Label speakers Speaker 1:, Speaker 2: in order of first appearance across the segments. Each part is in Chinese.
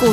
Speaker 1: 股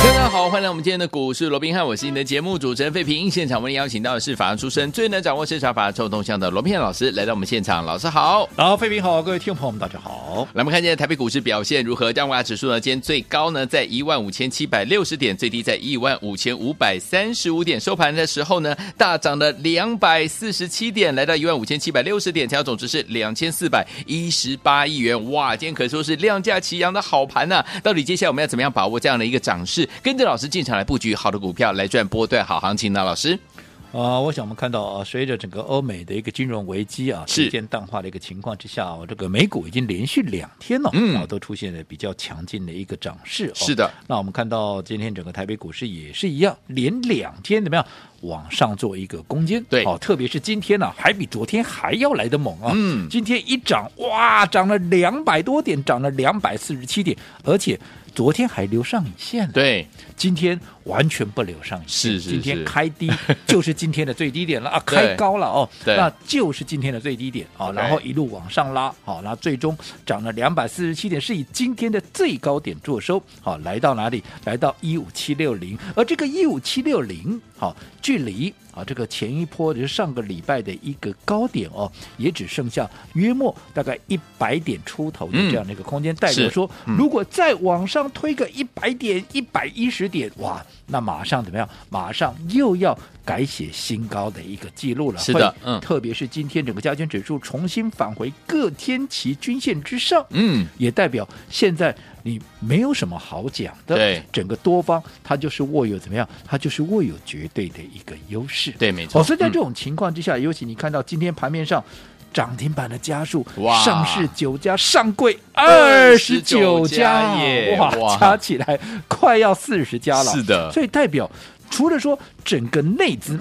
Speaker 2: 大家好，欢迎来我们今天的股市罗宾汉，我是你的节目主持人费平。现场为您邀请到的是法案出身、最能掌握市场法臭动向的罗宾汉老师，来到我们现场。老师好，
Speaker 3: 然后，费平好，各位听众朋友们，大家好。
Speaker 2: 来我们看见台北股市表现如何？加权指数呢？今天最高呢在一万五千七百六十点，最低在一万五千五百三十五点，收盘的时候呢大涨了两百四十七点，来到一万五千七百六十点，成交总值是两千四百一十八亿元。哇，今天可说是量价齐扬的好盘呐、到底接下来我们要怎么样把握这样的一个涨势？跟着老师进场来布局好的股票，来赚波段好行情呢？老师，
Speaker 3: 啊，我想我们看到啊，随着整个欧美的一个金融危机啊
Speaker 2: 是
Speaker 3: 逐渐淡化的一个情况之下，哦，这个美股已经连续两天了、
Speaker 2: 嗯
Speaker 3: 啊，都出现了比较强劲的一个涨势、哦。
Speaker 2: 是的，
Speaker 3: 那我们看到今天整个台北股市也是一样，连两天怎么样？往上做一个攻坚，
Speaker 2: 对
Speaker 3: 好、特别是今天呢、还比昨天还要来得猛啊！
Speaker 2: 嗯
Speaker 3: 今天一涨，哇，涨了两百多点，涨了两百四十七点，而且昨天还留上影线了。
Speaker 2: 对，
Speaker 3: 今天完全不留上影线，
Speaker 2: 是是
Speaker 3: 今天
Speaker 2: 是
Speaker 3: 开 低就是今天的最低点了啊，
Speaker 2: 对
Speaker 3: 开高了哦，
Speaker 2: 对
Speaker 3: 那就是今天的最低点啊，
Speaker 2: OK
Speaker 3: 然后一路往上拉，好，那最终涨了两百四十七点，是以今天的最高点做收，好，来到哪里？来到一五七六零，而这个一五七六零，好，距离。啊，这个前一波就是上个礼拜的一个高点哦，也只剩下约莫大概一百点出头的
Speaker 2: 嗯
Speaker 3: 这样的一个空间，代表
Speaker 2: 是
Speaker 3: 说，
Speaker 2: 嗯
Speaker 3: 如果再往上推个一百点、一百一十点，哇，那马上怎么样？马上又要改写新高的一个记录了。
Speaker 2: 是的
Speaker 3: 会
Speaker 2: 嗯
Speaker 3: 特别是今天整个加权指数重新返回各天期均线之上，
Speaker 2: 嗯，
Speaker 3: 也代表现在你没有什么好讲的。
Speaker 2: 对
Speaker 3: 整个多方它就是握有怎么样？它就是握有绝对的一个优势。
Speaker 2: 对，没错，
Speaker 3: 哦，所以在
Speaker 2: 嗯
Speaker 3: 这种情况之下，尤其你看到今天盘面上。涨停板的家数
Speaker 2: 哇，
Speaker 3: 上市九家，上柜二十
Speaker 2: 29
Speaker 3: 九
Speaker 2: 家
Speaker 3: 家
Speaker 2: 耶
Speaker 3: 哇，
Speaker 2: 哇
Speaker 3: 加起来快要四十家了。
Speaker 2: 嗯是的
Speaker 3: 所以代表除了说整个内资，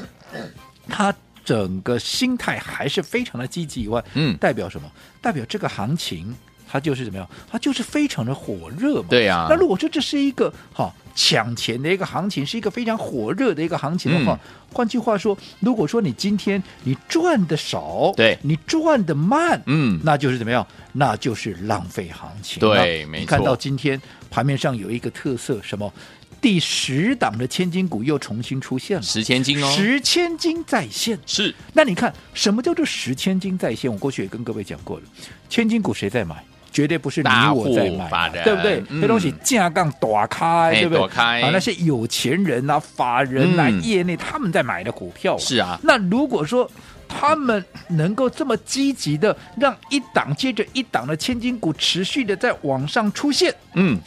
Speaker 3: 它整个心态还是非常的积极以外，
Speaker 2: 嗯
Speaker 3: 代表什么？代表这个行情它就是怎么样？它就是非常的火热嘛。
Speaker 2: 对啊呀
Speaker 3: 那如果说这是一个哈、抢钱的一个行情，是一个非常火热的一个行情的话，
Speaker 2: 嗯
Speaker 3: 换句话说，如果说你今天你赚的少，
Speaker 2: 对
Speaker 3: 你赚的慢，
Speaker 2: 嗯
Speaker 3: 那就是怎么样？那就是浪费行情了。
Speaker 2: 对没
Speaker 3: 你看
Speaker 2: 错
Speaker 3: 到今天盘面上有一个特色，什么？第十档的千金股又重新出现了，
Speaker 2: 十千金哦，
Speaker 3: 十千金在线。
Speaker 2: 是
Speaker 3: 那你看什么叫做十千金在线？我过去也跟各位讲过了，千金股谁在买？绝对不是你
Speaker 2: 大户
Speaker 3: 我在买
Speaker 2: 法
Speaker 3: 嘛
Speaker 2: 人，
Speaker 3: 对不对？
Speaker 2: 嗯
Speaker 3: 这东西价杠打开，
Speaker 2: 哎
Speaker 3: 对不对？
Speaker 2: 躲开
Speaker 3: 啊，那些有钱人呐、法人呐、啊
Speaker 2: 嗯
Speaker 3: 业内他们在买的股票、
Speaker 2: 是啊，
Speaker 3: 那如果说他们能够这么积极的让一档接着一档的千金股持续的在往上出现，
Speaker 2: 嗯，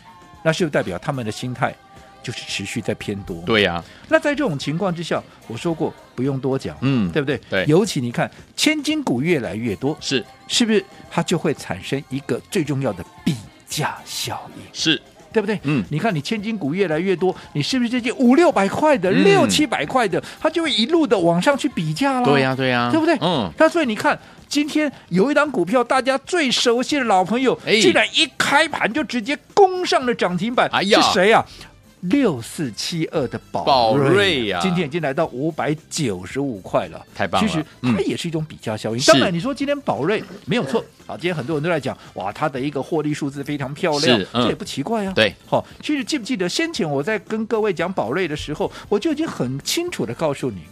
Speaker 3: 那是不是代表他们的心态就是持续在偏多？
Speaker 2: 对呀、
Speaker 3: 那在这种情况之下，我说过不用多讲，
Speaker 2: 嗯
Speaker 3: 对不对？
Speaker 2: 对
Speaker 3: 尤其你看，千金股越来越多，
Speaker 2: 是
Speaker 3: 是不是它就会产生一个最重要的比价效应？
Speaker 2: 是，
Speaker 3: 对不对？
Speaker 2: 嗯
Speaker 3: 你看你千金股越来越多，你是不是这些五六百块的、
Speaker 2: 嗯
Speaker 3: 六七百块的，它就会一路的往上去比价了？
Speaker 2: 对呀、对呀、
Speaker 3: 对不对？
Speaker 2: 嗯，
Speaker 3: 那所以你看，今天有一档股票，大家最熟悉的老朋友，
Speaker 2: 哎
Speaker 3: 竟然一开盘就直接攻上了涨停板，
Speaker 2: 哎呀
Speaker 3: 是谁呀、啊六四七二的宝
Speaker 2: 宝瑞
Speaker 3: 瑞啊
Speaker 2: 呀
Speaker 3: 今天已经来到五百九十五块了，
Speaker 2: 太棒了
Speaker 3: 其实
Speaker 2: 嗯
Speaker 3: 它也是一种比价效应。
Speaker 2: 是
Speaker 3: 当然，你说今天宝瑞没有错啊，今天很多人都在讲，哇，它的一个获利数字非常漂亮
Speaker 2: 是，嗯
Speaker 3: 这也不奇怪啊。
Speaker 2: 对，
Speaker 3: 好、其实记不记得先前我在跟各位讲宝瑞的时候，我就已经很清楚的告诉你，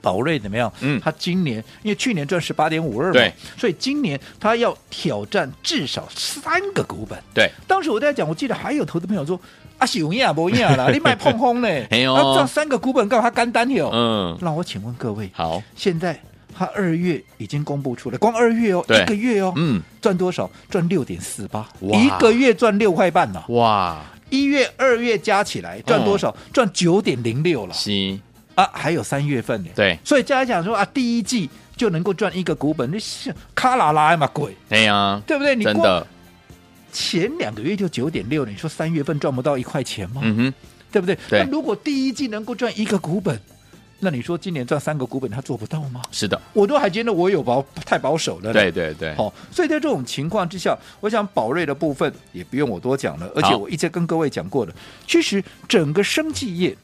Speaker 3: 宝瑞怎么样？
Speaker 2: 嗯
Speaker 3: 它今年因为去年赚十八点五二嘛
Speaker 2: 对，
Speaker 3: 所以今年它要挑战至少三个股本。
Speaker 2: 对，
Speaker 3: 当时我在讲，我记得还有投资朋友说啊，是有影啊，没影
Speaker 2: ，
Speaker 3: 啦，你卖碰轰嘞
Speaker 2: 哎呦
Speaker 3: 啊，赚三个股本干嘛干单哟？
Speaker 2: 嗯，
Speaker 3: 那我请问各位，
Speaker 2: 好，
Speaker 3: 现在它二月已经公布出来，光二月哦，
Speaker 2: 对
Speaker 3: 一个月哦，
Speaker 2: 嗯，
Speaker 3: 赚多少？赚六点四八，
Speaker 2: 哇
Speaker 3: 一个月赚六块半呢、哦
Speaker 2: 哇，
Speaker 3: 一月、二月加起
Speaker 2: 哦
Speaker 3: 来赚多少？赚九点零六了
Speaker 2: 行，
Speaker 3: 啊！还有三月份呢。
Speaker 2: 对，
Speaker 3: 所以加一讲说啊，第一季就能够赚一个股本，那是卡啦啦嘛鬼，
Speaker 2: 对哎呀、
Speaker 3: 对不对？你
Speaker 2: 真
Speaker 3: 光
Speaker 2: 的，
Speaker 3: 前两个月就九点六了，你说三月份赚不到一块钱吗？
Speaker 2: 嗯哼，
Speaker 3: 对不对？
Speaker 2: 对
Speaker 3: 那如果第一季能够赚一个股本，那你说今年赚三个股本，他做不到吗？
Speaker 2: 是的，
Speaker 3: 我都还觉得我有保太保守了呢。
Speaker 2: 对对对，
Speaker 3: 好、所以在这种情况之下，我想宝瑞的部分也不用我多讲了，而且
Speaker 2: 好
Speaker 3: 我一直跟各位讲过的，其实整个生技业。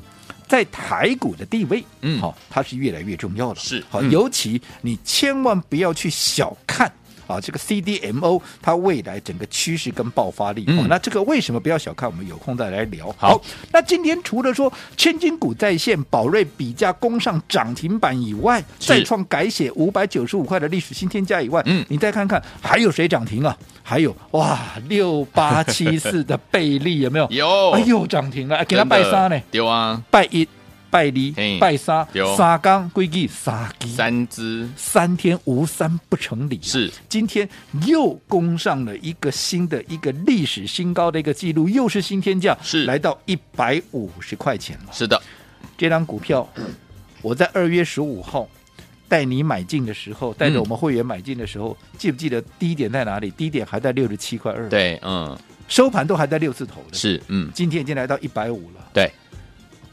Speaker 3: 在台股的地位，
Speaker 2: 嗯
Speaker 3: 好、它是越来越重要了。
Speaker 2: 是
Speaker 3: 好、
Speaker 2: 嗯
Speaker 3: 尤其你千万不要去小看啊这个 CDMO 它未来整个趋势跟爆发力。
Speaker 2: 嗯
Speaker 3: 好那这个为什么不要小看？我们有空再来聊。
Speaker 2: 好
Speaker 3: 那今天除了说千金股在线、宝瑞比价攻上涨停板以外，
Speaker 2: 是
Speaker 3: 再创改写五百九十五块的历史新天价以外，
Speaker 2: 嗯
Speaker 3: 你再看看还有谁涨停啊？还有哇，六八七四的 贝利有没有？
Speaker 2: 有，
Speaker 3: 哎，呦，涨停了，哎给他拜杀呢，
Speaker 2: 丢啊，
Speaker 3: 拜一、拜
Speaker 2: 嘿
Speaker 3: 二、拜三
Speaker 2: 对、
Speaker 3: 三刚归计三基，
Speaker 2: 三只
Speaker 3: 三天无三不成礼、
Speaker 2: 是
Speaker 3: 今天又攻上了一个新的一个历史新高的一个记录，又是新天价，
Speaker 2: 是
Speaker 3: 来到一百五十块钱了。
Speaker 2: 是的，
Speaker 3: 这张股票，我在二月十五号带你买进的时
Speaker 2: 嗯
Speaker 3: 候，带着我们会员买进的时候，记不记得低点在哪里？低点还在六十七块二，，
Speaker 2: 对，嗯，
Speaker 3: 收盘都还在六字头的。，
Speaker 2: 是，嗯，
Speaker 3: 今天已经来到一百五了。
Speaker 2: 对，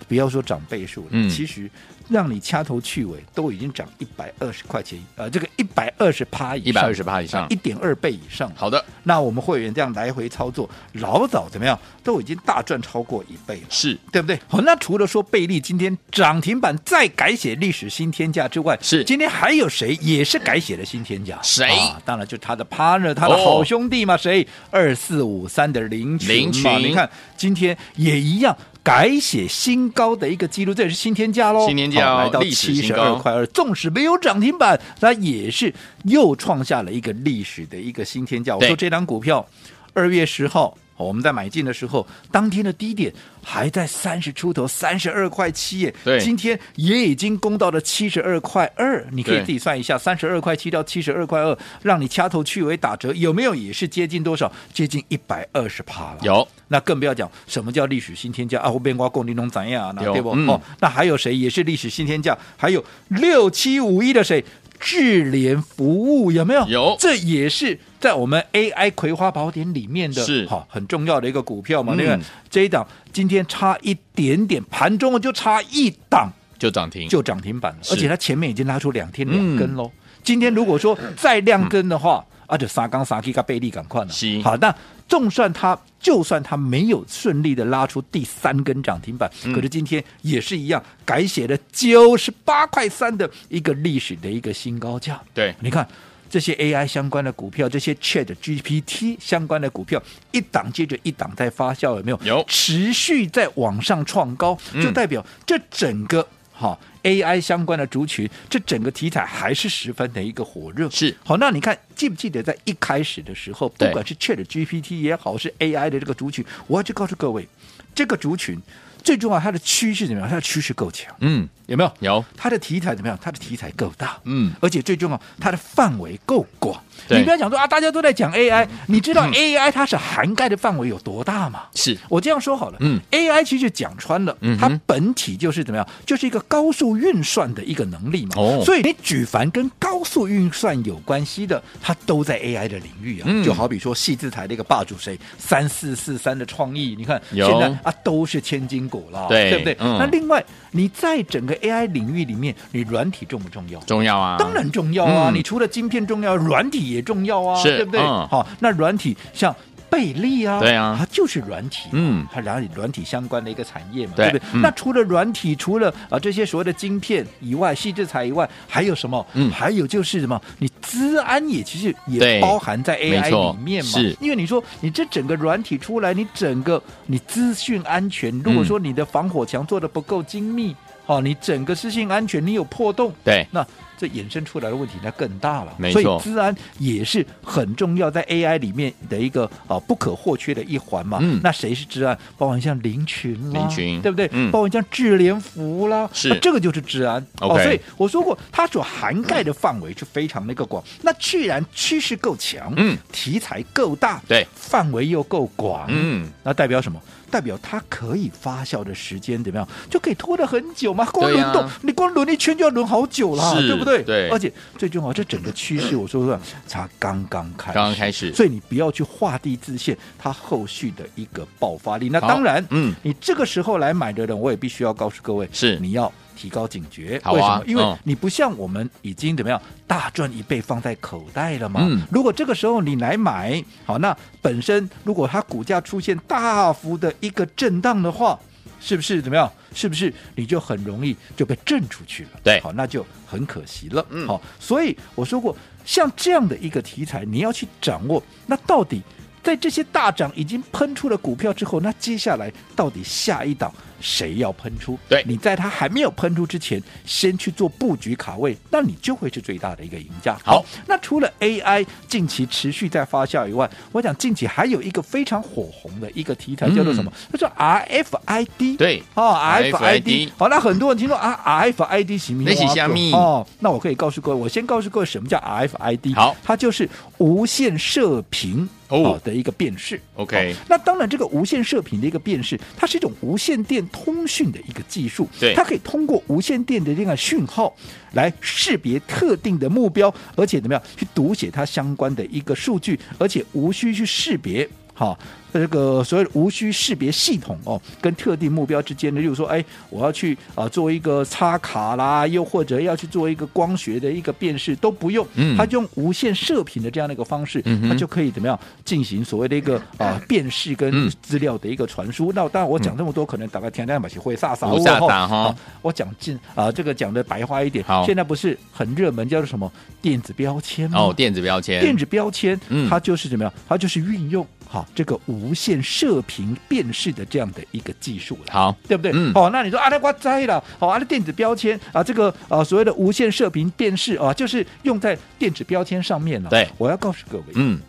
Speaker 3: 不要说涨倍数了，
Speaker 2: 嗯
Speaker 3: 其实让你掐头去尾都已经涨一百二十块钱，呃，这个一百二十趴以上，
Speaker 2: 一百二十趴以上
Speaker 3: 一，点二倍以上。
Speaker 2: 好的，
Speaker 3: 那我们会员这样来回操作，老早怎么样都已经大赚超过一倍了。
Speaker 2: 是
Speaker 3: 对不对？好，那除了说贝利今天涨停板再改写历史新天价之外，
Speaker 2: 是
Speaker 3: 今天还有谁也是改写了新天价？
Speaker 2: 谁哦
Speaker 3: 啊？当然就他的 partner，他的好兄弟嘛，谁？二四五三的林群嘛，
Speaker 2: 林群
Speaker 3: 你看今天也一样。改写新高的一个记录，这也是新天价喽，
Speaker 2: 新天价哦
Speaker 3: 好来到
Speaker 2: 历史
Speaker 3: 七
Speaker 2: 新
Speaker 3: 十
Speaker 2: 高
Speaker 3: 二块二，纵使没有涨停板，它也是又创下了一个历史的一个新天价。我
Speaker 2: 对
Speaker 3: 说这张股票二月十号。哦我们在买进的时候，当天的低点还在三十出头，三十二块七耶。
Speaker 2: 对
Speaker 3: 今天也已经攻到了七十二块二，你可以
Speaker 2: 对
Speaker 3: 自己算一下，三十二块七到七十二块二，让你掐头去尾打折，有没有也是接近多少？接近一百二十趴了。
Speaker 2: 有，
Speaker 3: 那更不要讲什么叫历史新天价啊！我变瓜供你弄怎样啊？
Speaker 2: 有
Speaker 3: 对不？
Speaker 2: 嗯
Speaker 3: 哦，那还有谁也是历史新天价？还有六七五一的谁？智联服务有没有？
Speaker 2: 有
Speaker 3: 这也是在我们 AI 葵花宝典里面的，
Speaker 2: 是
Speaker 3: 好、很重要的一个股票嘛。
Speaker 2: 嗯
Speaker 3: 那个这一档今天差一点点，盘中就差一档
Speaker 2: 就涨停，
Speaker 3: 就涨停板了，
Speaker 2: 是
Speaker 3: 而且它前面已经拉出两天
Speaker 2: 嗯
Speaker 3: 两根喽。今天如果说再亮根的话，啊，就沙钢沙 K 跟贝利赶快了。
Speaker 2: 是
Speaker 3: 好，那纵算它就算它没有顺利的拉出第三根涨停板，
Speaker 2: 嗯
Speaker 3: 可是今天也是一样改写了九十八块三的一个历史的一个新高价。
Speaker 2: 对，
Speaker 3: 你看这些 AI 相关的股票，这些 Chat GPT 相关的股票，一档接着一档在发酵，有没有？
Speaker 2: 有
Speaker 3: 持续在往上创高，
Speaker 2: 嗯
Speaker 3: 就代表这整个哈、AI 相关的族群，这整个题材还是十分的一个火热。
Speaker 2: 是
Speaker 3: 好，那你看记不记得在一开始的时候，不
Speaker 2: 对
Speaker 3: 管是 Chat GPT 也好，是 AI 的这个族群，我要去告诉各位，这个族群最重要，它的趋势怎么样？它的趋势够强，
Speaker 2: 嗯，
Speaker 3: 有没有？
Speaker 2: 有，
Speaker 3: 它的题材怎么样？它的题材够大，
Speaker 2: 嗯
Speaker 3: 而且最重要，它的范围够广。
Speaker 2: 对嗯
Speaker 3: 你不要讲说啊，大家都在讲 AI，你知道 AI 它是涵盖的范围有多大吗？
Speaker 2: 是
Speaker 3: 我这样说好了，
Speaker 2: 嗯
Speaker 3: ，AI 其实讲穿了，
Speaker 2: 嗯哼
Speaker 3: 它本体就是怎么样，就是一个高速运算的一个能力嘛。
Speaker 2: 哦
Speaker 3: 所以你举凡跟高速运算有关系的，它都在 AI 的领域啊。
Speaker 2: 嗯
Speaker 3: 就好比说细字台的一个霸主谁，三四四三的创意，你看
Speaker 2: 有
Speaker 3: 现在啊都是千金股了，
Speaker 2: 对
Speaker 3: 不对？
Speaker 2: 嗯
Speaker 3: 那另外你在整个 AI 领域里面，你软体重不重要？
Speaker 2: 重要啊，
Speaker 3: 当然重要啊！
Speaker 2: 嗯
Speaker 3: 你除了晶片重要，软体也重要啊，
Speaker 2: 是
Speaker 3: 对不对？
Speaker 2: 嗯
Speaker 3: 好，那软体像。贝利啊，
Speaker 2: 对啊
Speaker 3: 它就是软体嘛，
Speaker 2: 嗯
Speaker 3: 它软体软体相关的一个产业嘛，
Speaker 2: 对
Speaker 3: 不对？
Speaker 2: 嗯
Speaker 3: 那除了软体，除了啊这些所谓的晶片以外，细制材以外，还有什么？
Speaker 2: 嗯
Speaker 3: 还有就是什么？你资安也其实
Speaker 2: 对
Speaker 3: 也包含在
Speaker 2: 没
Speaker 3: AI
Speaker 2: 错
Speaker 3: 里面嘛，
Speaker 2: 是
Speaker 3: 因为你说你这整个软体出来，你整个你资讯安全，如果
Speaker 2: 嗯
Speaker 3: 说你的防火墙做的不够精密，好、你整个资讯安全你有破洞，
Speaker 2: 对，
Speaker 3: 那这衍生出来的问题那更大了。
Speaker 2: 没错
Speaker 3: 所以治安也是很重要，在 AI 里面的一个啊不可或缺的一环嘛。
Speaker 2: 嗯
Speaker 3: 那谁是治安？包含像林群啦，
Speaker 2: 林群
Speaker 3: 对不对？
Speaker 2: 嗯
Speaker 3: 包含像智联服啦，
Speaker 2: 是
Speaker 3: 那这个就是治安。哦
Speaker 2: OK
Speaker 3: 所以我说过，它所涵盖的范围是非常那个广。那既然趋势够强，
Speaker 2: 嗯，
Speaker 3: 题材够大，
Speaker 2: 对
Speaker 3: 范围又够广，。
Speaker 2: 嗯，
Speaker 3: 那代表什么？代表它可以发酵的时间怎么样？就可以拖得很久嘛。光
Speaker 2: 对呀
Speaker 3: 轮动，你光轮一圈就要轮好久啦，
Speaker 2: 是
Speaker 3: 对不对？
Speaker 2: 对
Speaker 3: 而且最重要，这整个趋势，我说说才刚刚开始，
Speaker 2: 刚刚开始
Speaker 3: 所以你不要去画地自限，它后续的一个爆发力。那
Speaker 2: 好
Speaker 3: 当然，
Speaker 2: 嗯
Speaker 3: 你这个时候来买的人，我也必须要告诉各位，
Speaker 2: 是
Speaker 3: 你要提高警觉。
Speaker 2: 好啊
Speaker 3: 为什么？因
Speaker 2: 嗯
Speaker 3: 为你不像我们已经怎么样大赚一倍放在口袋了嘛。
Speaker 2: 嗯
Speaker 3: 如果这个时候你来买，好，那本身如果它股价出现大幅的一个震荡的话，是不是怎么样？是不是你就很容易就被震出去了？
Speaker 2: 对
Speaker 3: 好，那就很可惜了。
Speaker 2: 嗯
Speaker 3: 好，所以我说过，像这样的一个题材，你要去掌握，那到底在这些大涨已经喷出了股票之后，那接下来到底下一档谁要喷出？
Speaker 2: 对
Speaker 3: 你在它还没有喷出之前，先去做布局卡位，那你就会是最大的一个赢家。
Speaker 2: 好
Speaker 3: 那除了 AI 近期持续在发酵以外，我讲近期还有一个非常火红的一个题材
Speaker 2: 嗯
Speaker 3: 叫做什么？叫做 RFID。
Speaker 2: 对
Speaker 3: 哦
Speaker 2: RFID 嗯
Speaker 3: ，RFID。好，那很多人听说啊，RFID 行不
Speaker 2: 那是虾米
Speaker 3: 哦，那我可以告诉各位，我先告诉各位什么叫 RFID。
Speaker 2: 好
Speaker 3: 它就是无线射频
Speaker 2: 哦
Speaker 3: 的一个辨识。
Speaker 2: OK
Speaker 3: 哦那当然，这个无线射频的一个辨识，它是一种无线电通讯的一个技术，
Speaker 2: 对
Speaker 3: 它可以通过无线电的这个讯号来识别特定的目标，而且怎么样去读写它相关的一个数据，而且无需去识别。好，这个所谓的无需识别系统哦，跟特定目标之间的，例如说，哎，我要去啊、做一个插卡啦，又或者要去做一个光学的一个辨识，都不用，
Speaker 2: 嗯
Speaker 3: 它就用无线射频的这样的一个方式，
Speaker 2: 嗯哼
Speaker 3: 它就可以怎么样进行所谓的一个啊、辨识
Speaker 2: 嗯
Speaker 3: 跟资料的一个传输。那当然，我讲这么多，可能大概天天把学会撒撒
Speaker 2: 有飒飒哈
Speaker 3: 好我讲进啊、这个讲的白话一点
Speaker 2: 好，
Speaker 3: 现在不是很热门，叫做什么电子标签吗？
Speaker 2: 哦，电子标签，
Speaker 3: 电子标签
Speaker 2: 嗯，
Speaker 3: 它就是怎么样？它就是运用好这个无线射频辨识的这样的一个技术了。
Speaker 2: 好，
Speaker 3: 对不对？
Speaker 2: 嗯
Speaker 3: 哦，那你说啊，那我摘了，哦，啊，那电子标签啊，这个啊所谓的无线射频辨识啊，就是用在电子标签上面了。
Speaker 2: 对
Speaker 3: 我要告诉各位，
Speaker 2: 嗯，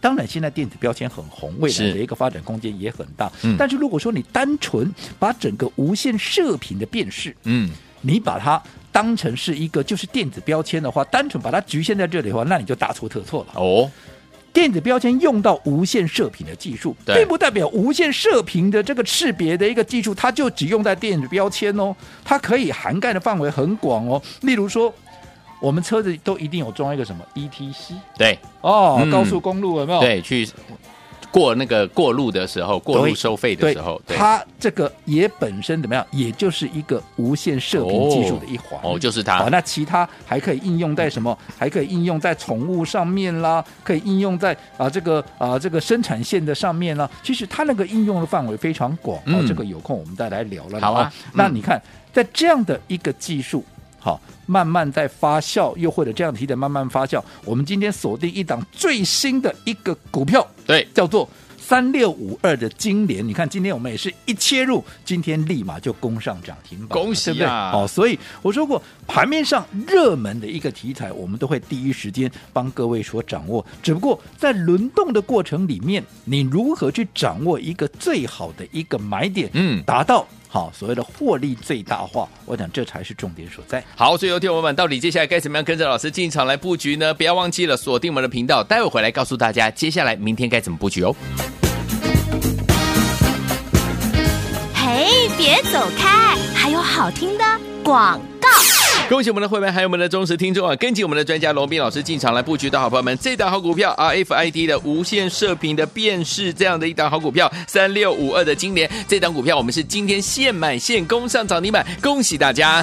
Speaker 3: 当然，现在电子标签很红，未来
Speaker 2: 是
Speaker 3: 的一个发展空间也很大。
Speaker 2: 嗯
Speaker 3: 但是如果说你单纯把整个无线射频的辨识，
Speaker 2: 嗯，
Speaker 3: 你把它当成是一个就是电子标签的话，单纯把它局限在这里的话，那你就大错特错了。
Speaker 2: 哦，
Speaker 3: 电子标签用到无线射频的技术，
Speaker 2: 对
Speaker 3: 并不代表无线射频的这个识别的一个技术，它就只用在电子标签哦，它可以涵盖的范围很广哦。例如说，我们车子都一定有装一个什么 ETC
Speaker 2: 对
Speaker 3: 哦，
Speaker 2: 嗯
Speaker 3: 高速公路有没有？
Speaker 2: 对，去过那个过路的时候，过路收费的时候，对，
Speaker 3: 它这个也本身怎么样，也就是一个无线射频技术的一环。
Speaker 2: 哦，就是嗯
Speaker 3: 好，
Speaker 2: 它，
Speaker 3: 那其他还可以应用在什么？还可以应用在宠物上面啦，可以应用在啊、这个啊、这个生产线的上面啦。其实它那个应用的范围非常广，哦
Speaker 2: 嗯，
Speaker 3: 这个有空我们再来聊了。
Speaker 2: 好啊
Speaker 3: 哦那
Speaker 2: 嗯
Speaker 3: 你看，在这样的一个技术。好，慢慢在发酵，又或者这样题材慢慢发酵。我们今天锁定一档最新的一个股票，
Speaker 2: 对，
Speaker 3: 叫做三六五二的金莲。你看，今天我们也是一切入，今天立马就攻上涨停板了，
Speaker 2: 恭喜啊
Speaker 3: 对不对哦，所以我说过，盘面上热门的一个题材，我们都会第一时间帮各位所掌握。只不过在轮动的过程里面，你如何去掌握一个最好的一个买点，
Speaker 2: 嗯
Speaker 3: 达到好所谓的获利最大化，我想这才是重点所在。
Speaker 2: 好，所以有听友们到底接下来该怎么样跟着老师进场来布局呢？不要忘记了锁定我们的频道，待会回来告诉大家接下来明天该怎么布局哦。
Speaker 1: 嘿，别走开，还有好听的广告。
Speaker 2: 恭喜我们的会员，还有我们的忠实听众啊！跟紧我们的专家龙斌老师进场来布局的好朋友们，这档好股票啊 RFID 的无线射频的辨识这样的一档好股票，三六五二的金联这档股票，我们是今天现买现攻上涨停板，恭喜大家！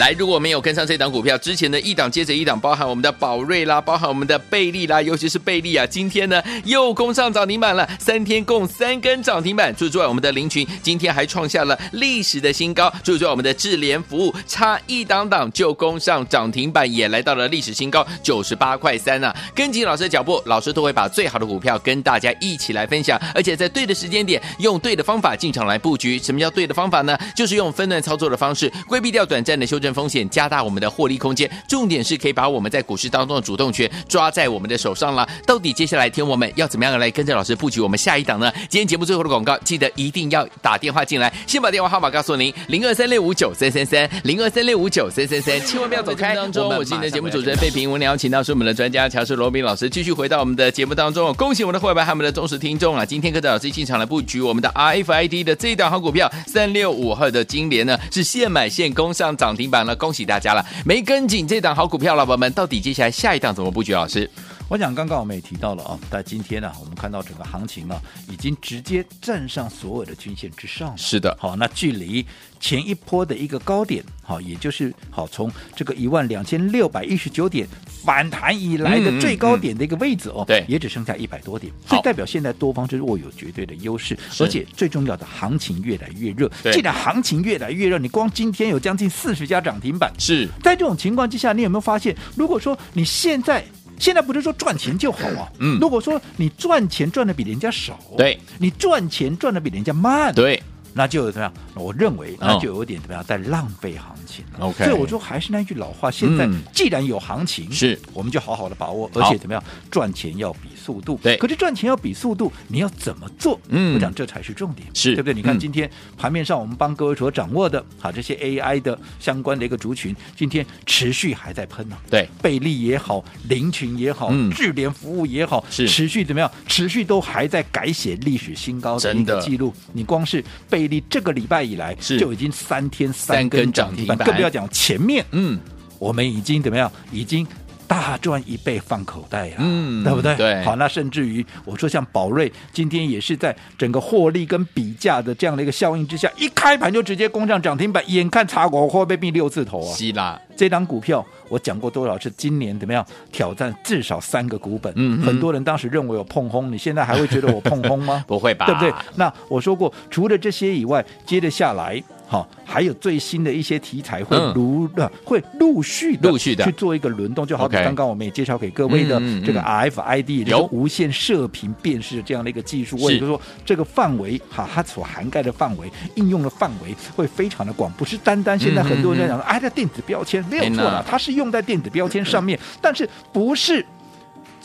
Speaker 2: 来，如果没有跟上这档股票之前的一档接着一档，包含我们的宝瑞啦，包含我们的贝利啦，尤其是贝利啊，今天呢又攻上涨停板了，三天共三根涨停板。除此之外，我们的林群今天还创下了历史的新高。除此之外，我们的智联服务差一档档就攻上涨停板，也来到了历史新高九十八块三啊！跟紧老师的脚步，老师都会把最好的股票跟大家一起来分享，而且在对的时间点，用对的方法进场来布局。什么叫对的方法呢？就是用分段操作的方式，规避掉短暂的修正风险，加大我们的获利空间。重点是可以把我们在股市当中的主动权抓在我们的手上啦。到底接下来天我们要怎么样来跟着老师布局我们下一档呢？今天节目最后的广告，记得一定要打电话进来，先把电话号码告诉您：零二三六五九三三三，零二三六五九三三三，千万不要走开。当中，我是你的节目主持人费平，我们邀请到是我们的专家乔氏罗宾老师，继续回到我们的节目当中。恭喜我们的会员和我们的忠实听众啊！今天跟着老师进场来布局我们的 RFID 的这一档好股票三六五号的金联呢，是现买现攻上涨停板了，恭喜大家了！没跟紧这档好股票，老板们到底接下来下一档怎么布局？老师，
Speaker 3: 我想刚刚我们也提到了啊，在今天呢、我们看到整个行情啊，已经直接站上所有的均线之上了。
Speaker 2: 是的，
Speaker 3: 好，那距离前一波的一个高点，好，也就是好从这个一万两千六百一十九点反弹以来
Speaker 2: 嗯嗯
Speaker 3: 的最高点的一个位置哦，
Speaker 2: 嗯对
Speaker 3: 也只剩下一百多点，
Speaker 2: 好
Speaker 3: 所以代表现在多方是握有绝对的优势，
Speaker 2: 是
Speaker 3: 而且最重要的行情越来越热。
Speaker 2: 对
Speaker 3: 既然行情越来越热，你光今天有将近四十家涨停板，
Speaker 2: 是
Speaker 3: 在这种情况之下，你有没有发现，如果说你现在现在不是说赚钱就好啊，
Speaker 2: 嗯
Speaker 3: 如果说你赚钱赚的比人家少，
Speaker 2: 对，
Speaker 3: 你赚钱赚的比人家慢，
Speaker 2: 对，
Speaker 3: 那就有怎么样？我认为
Speaker 2: 哦
Speaker 3: 那就有点怎么样，在浪费行情了。
Speaker 2: OK
Speaker 3: 所以我说还是那句老话，现在
Speaker 2: 嗯
Speaker 3: 既然有行情，
Speaker 2: 是
Speaker 3: 我们就好好的把握，
Speaker 2: 好
Speaker 3: 而且怎么样，赚钱要比速度。
Speaker 2: 对
Speaker 3: 可是赚钱要比速度，你要怎么做？
Speaker 2: 嗯
Speaker 3: 我讲这才是重点，
Speaker 2: 是
Speaker 3: 对不对？你看
Speaker 2: 嗯
Speaker 3: 今天盘面上我们帮各位所掌握的，好这些 AI 的相关的一个族群，今天持续还在喷呢、
Speaker 2: 对，
Speaker 3: 贝利也好，林群也好
Speaker 2: 嗯，
Speaker 3: 智联服务也好，
Speaker 2: 是
Speaker 3: 持续怎么样？持续都还在改写历史新高的一
Speaker 2: 真
Speaker 3: 个
Speaker 2: 的
Speaker 3: 记录。你光是贝利这个礼拜以来，
Speaker 2: 是
Speaker 3: 就已经三天
Speaker 2: 三
Speaker 3: 三
Speaker 2: 根
Speaker 3: 根
Speaker 2: 涨
Speaker 3: 涨
Speaker 2: 停
Speaker 3: 停板，
Speaker 2: 板
Speaker 3: 更不要讲前面
Speaker 2: 嗯，
Speaker 3: 我们已经怎么样？已经大赚一倍放口袋呀、
Speaker 2: 嗯
Speaker 3: 对不对？
Speaker 2: 对
Speaker 3: 好，那甚至于我说像宝瑞，今天也是在整个获利跟比价的这样的一个效应之下，一开盘就直接攻上涨停板，眼看茶果会被逼六字头啊！
Speaker 2: 希腊
Speaker 3: 这档股票我讲过多少次？今年怎么样挑战至少三个股本？
Speaker 2: 嗯哼？
Speaker 3: 很多人当时认为我碰轰，你现在还会觉得我碰轰吗
Speaker 2: 不会吧？
Speaker 3: 对不对？那我说过，除了这些以外，接着下来，好、还有最新的一些题材会
Speaker 2: 嗯
Speaker 3: 如、呃会陆续地
Speaker 2: 陆续地
Speaker 3: 去做一个轮动，就好比
Speaker 2: OK
Speaker 3: 刚刚我们也介绍给各位的
Speaker 2: 嗯嗯嗯
Speaker 3: 这个 RFID，、也就
Speaker 2: 有
Speaker 3: 是无线射频辨识这样的一个技术，
Speaker 2: 是
Speaker 3: 或者说这个范围哈，它所涵盖的范围、应用的范围会非常的广，不是单单现在很多人
Speaker 2: 嗯
Speaker 3: 在讲，哎，这电子标签没有错
Speaker 2: 哎呐嗯
Speaker 3: 了，它是用在电子标签上面，但是不是？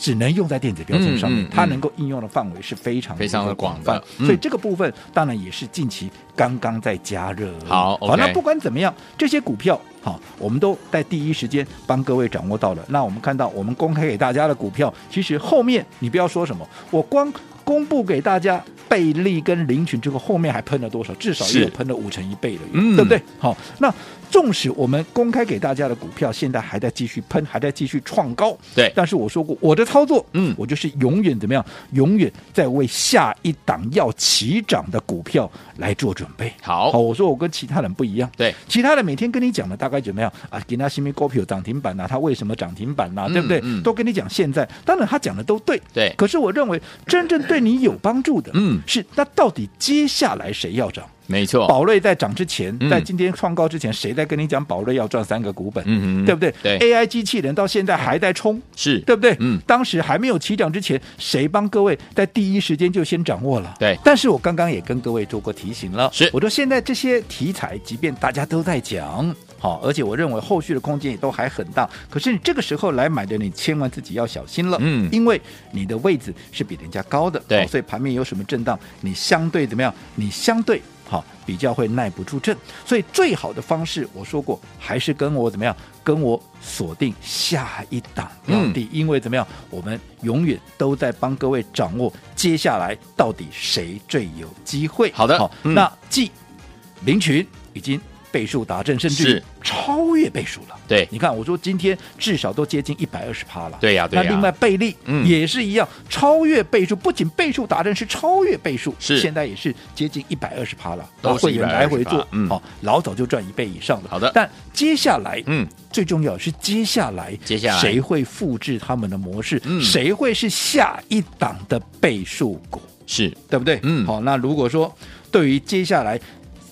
Speaker 3: 只能用在电子标签上面，
Speaker 2: 嗯嗯嗯
Speaker 3: 它能够应用的范围是非常
Speaker 2: 非常的广的
Speaker 3: 泛
Speaker 2: 嗯
Speaker 3: 所以这个部分当然也是近期刚刚在加热而已。
Speaker 2: 好
Speaker 3: 好，
Speaker 2: OK
Speaker 3: 那不管怎么样，这些股票好，我们都在第一时间帮各位掌握到了。那我们看到我们公开给大家的股票，其实后面你不要说什么，我光公布给大家。贝利跟林群之后，后面还喷了多少？至少
Speaker 2: 是
Speaker 3: 也有喷了五成一倍了，
Speaker 2: 嗯
Speaker 3: 对不对？好，那纵使我们公开给大家的股票，现在还在继续喷，还在继续创高，
Speaker 2: 对
Speaker 3: 但是我说过，我的操作，
Speaker 2: 嗯
Speaker 3: 我就是永远怎么样，永远在为下一档要起涨的股票来做准备。
Speaker 2: 好
Speaker 3: 好，我说我跟其他人不一样，
Speaker 2: 嗯对，
Speaker 3: 其他人每天跟你讲的大概怎么样啊？给他新民股票涨停板呐、啊他为什么涨停板呐、啊
Speaker 2: 嗯
Speaker 3: 对不对？
Speaker 2: 嗯
Speaker 3: 都跟你讲现在，当然他讲的都对，
Speaker 2: 对
Speaker 3: 可是我认为真正对你有帮助的，
Speaker 2: 嗯
Speaker 3: 是那到底接下来谁要涨？
Speaker 2: 没错，
Speaker 3: 宝瑞在涨之前，
Speaker 2: 嗯
Speaker 3: 在今天创高之前，谁在跟你讲宝瑞要赚三个股本？
Speaker 2: 嗯嗯嗯
Speaker 3: 对不对？
Speaker 2: 对
Speaker 3: a i 机器人到现在还在冲，
Speaker 2: 是
Speaker 3: 对不对？
Speaker 2: 嗯，
Speaker 3: 当时还没有起涨之前，谁帮各位在第一时间就先掌握了？
Speaker 2: 对
Speaker 3: 但是我刚刚也跟各位做过提醒了，
Speaker 2: 是
Speaker 3: 我说现在这些题材，即便大家都在讲。好，而且我认为后续的空间也都还很大。可是你这个时候来买的，你千万自己要小心了，
Speaker 2: 嗯
Speaker 3: 因为你的位置是比人家高的，
Speaker 2: 对
Speaker 3: 好所以盘面有什么震荡，你相对怎么样？你相对好比较会耐不住震，所以最好的方式，我说过，还是跟我怎么样，跟我锁定下一档标
Speaker 2: 嗯
Speaker 3: 的，因为怎么样，我们永远都在帮各位掌握接下来到底谁最有机会。
Speaker 2: 好的嗯
Speaker 3: 那继林群已经倍数达阵，甚至
Speaker 2: 是
Speaker 3: 于超越倍数了。
Speaker 2: 对
Speaker 3: 你看，我说今天至少都接近一百二十趴了。
Speaker 2: 对啊呀对呀
Speaker 3: 那另外贝利
Speaker 2: 嗯
Speaker 3: 也是一样，超越倍数，不仅倍数达阵，是超越倍数，
Speaker 2: 是
Speaker 3: 现在也是接近一百二十趴了。
Speaker 2: 都
Speaker 3: 那
Speaker 2: 是
Speaker 3: 会员来回
Speaker 2: 120%
Speaker 3: 做，
Speaker 2: 嗯
Speaker 3: 好，老早就赚一倍以上了。
Speaker 2: 好的
Speaker 3: 但接下来，
Speaker 2: 嗯，
Speaker 3: 最重要的是接下来，
Speaker 2: 接下来
Speaker 3: 谁会复制他们的模式？
Speaker 2: 嗯
Speaker 3: 谁会是下一档的倍数股？
Speaker 2: 是
Speaker 3: 对不对？
Speaker 2: 嗯
Speaker 3: 好，那如果说对于接下来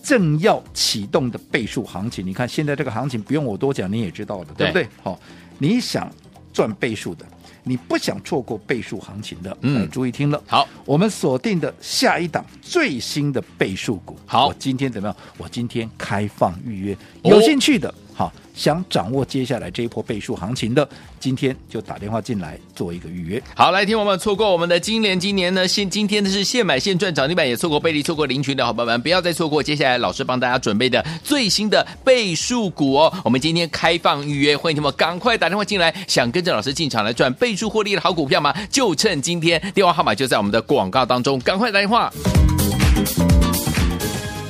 Speaker 3: 正要启动的倍数行情，你看现在这个行情不用我多讲，你也知道的，对
Speaker 2: 对
Speaker 3: 不对？好，你想赚倍数的，你不想错过倍数行情的，
Speaker 2: 嗯
Speaker 3: 来注意听了。
Speaker 2: 好，
Speaker 3: 我们锁定的下一档最新的倍数股，
Speaker 2: 好
Speaker 3: 我今天怎么样？我今天开放预约，
Speaker 2: 哦
Speaker 3: 有兴趣的。好，想掌握接下来这一波倍数行情的，今天就打电话进来做一个预约。
Speaker 2: 好，来，听我们错过我们的金莲，今年呢，现今天的是现买现赚涨停板，也错过贝利，错过林群的好朋友们，不要再错过接下来老师帮大家准备的最新的倍数股哦。我们今天开放预约，欢迎听们赶快打电话进来，想跟着老师进场来赚倍数获利的好股票吗？就趁今天，电话号码就在我们的广告当中，赶快打电话。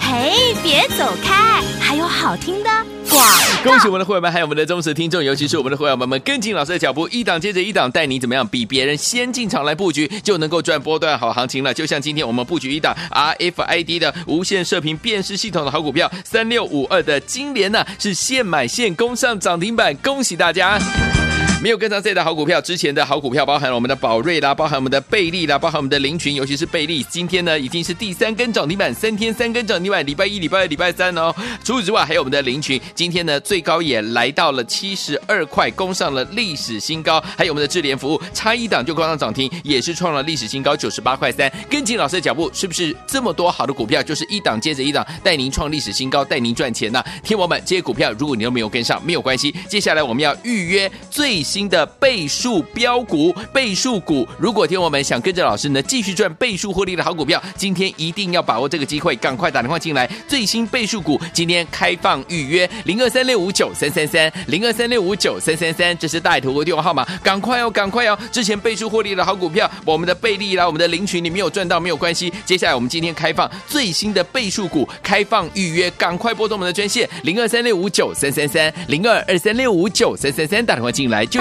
Speaker 1: 嘿，别走开，还还有好听的广告。
Speaker 2: 恭喜我们的会员们，还有我们的忠实听众，尤其是我们的会员们们，跟紧老师的脚步，一档接着一档，带你怎么样比别人先进场来布局，就能够赚波段好行情了。就像今天我们布局一档 RFID 的无线射频辨识系统的好股票三六五二的金联呢、是现买现攻上涨停板，恭喜大家！没有跟上这档好股票，之前的好股票包含了我们的宝瑞啦，包含我们的贝利啦，包含我们的林群，尤其是贝利，今天呢已经是第三根涨停板，三天三根涨停板，礼拜一、礼拜二、礼拜三哦。除此之外，还有我们的林群，今天呢最高也来到了七十二块，攻上了历史新高。还有我们的智联服务，差一档就攻上涨停，也是创了历史新高九十八块三。跟紧老师的脚步，是不是这么多好的股票，就是一档接着一档，带您创历史新高，带您赚钱呐、天王们，这些股票如果你都没有跟上，没有关系，接下来我们要预约最新的倍数标股、倍数股。如果天王们想跟着老师呢继续赚倍数获利的好股票，今天一定要把握这个机会，赶快打电话进来。最新倍数股今天开放预约零二三六五九三三三零二三六五九三三三，这是大头的电话号码，赶快哦，赶快哦！之前倍数获利的好股票，我们的贝利啦，我们的林群，你没有赚到没有关系，接下来我们今天开放最新的倍数股开放预约，赶快拨动我们的专线零二三六五九三三三零二二三六五九三三三，打电话进来就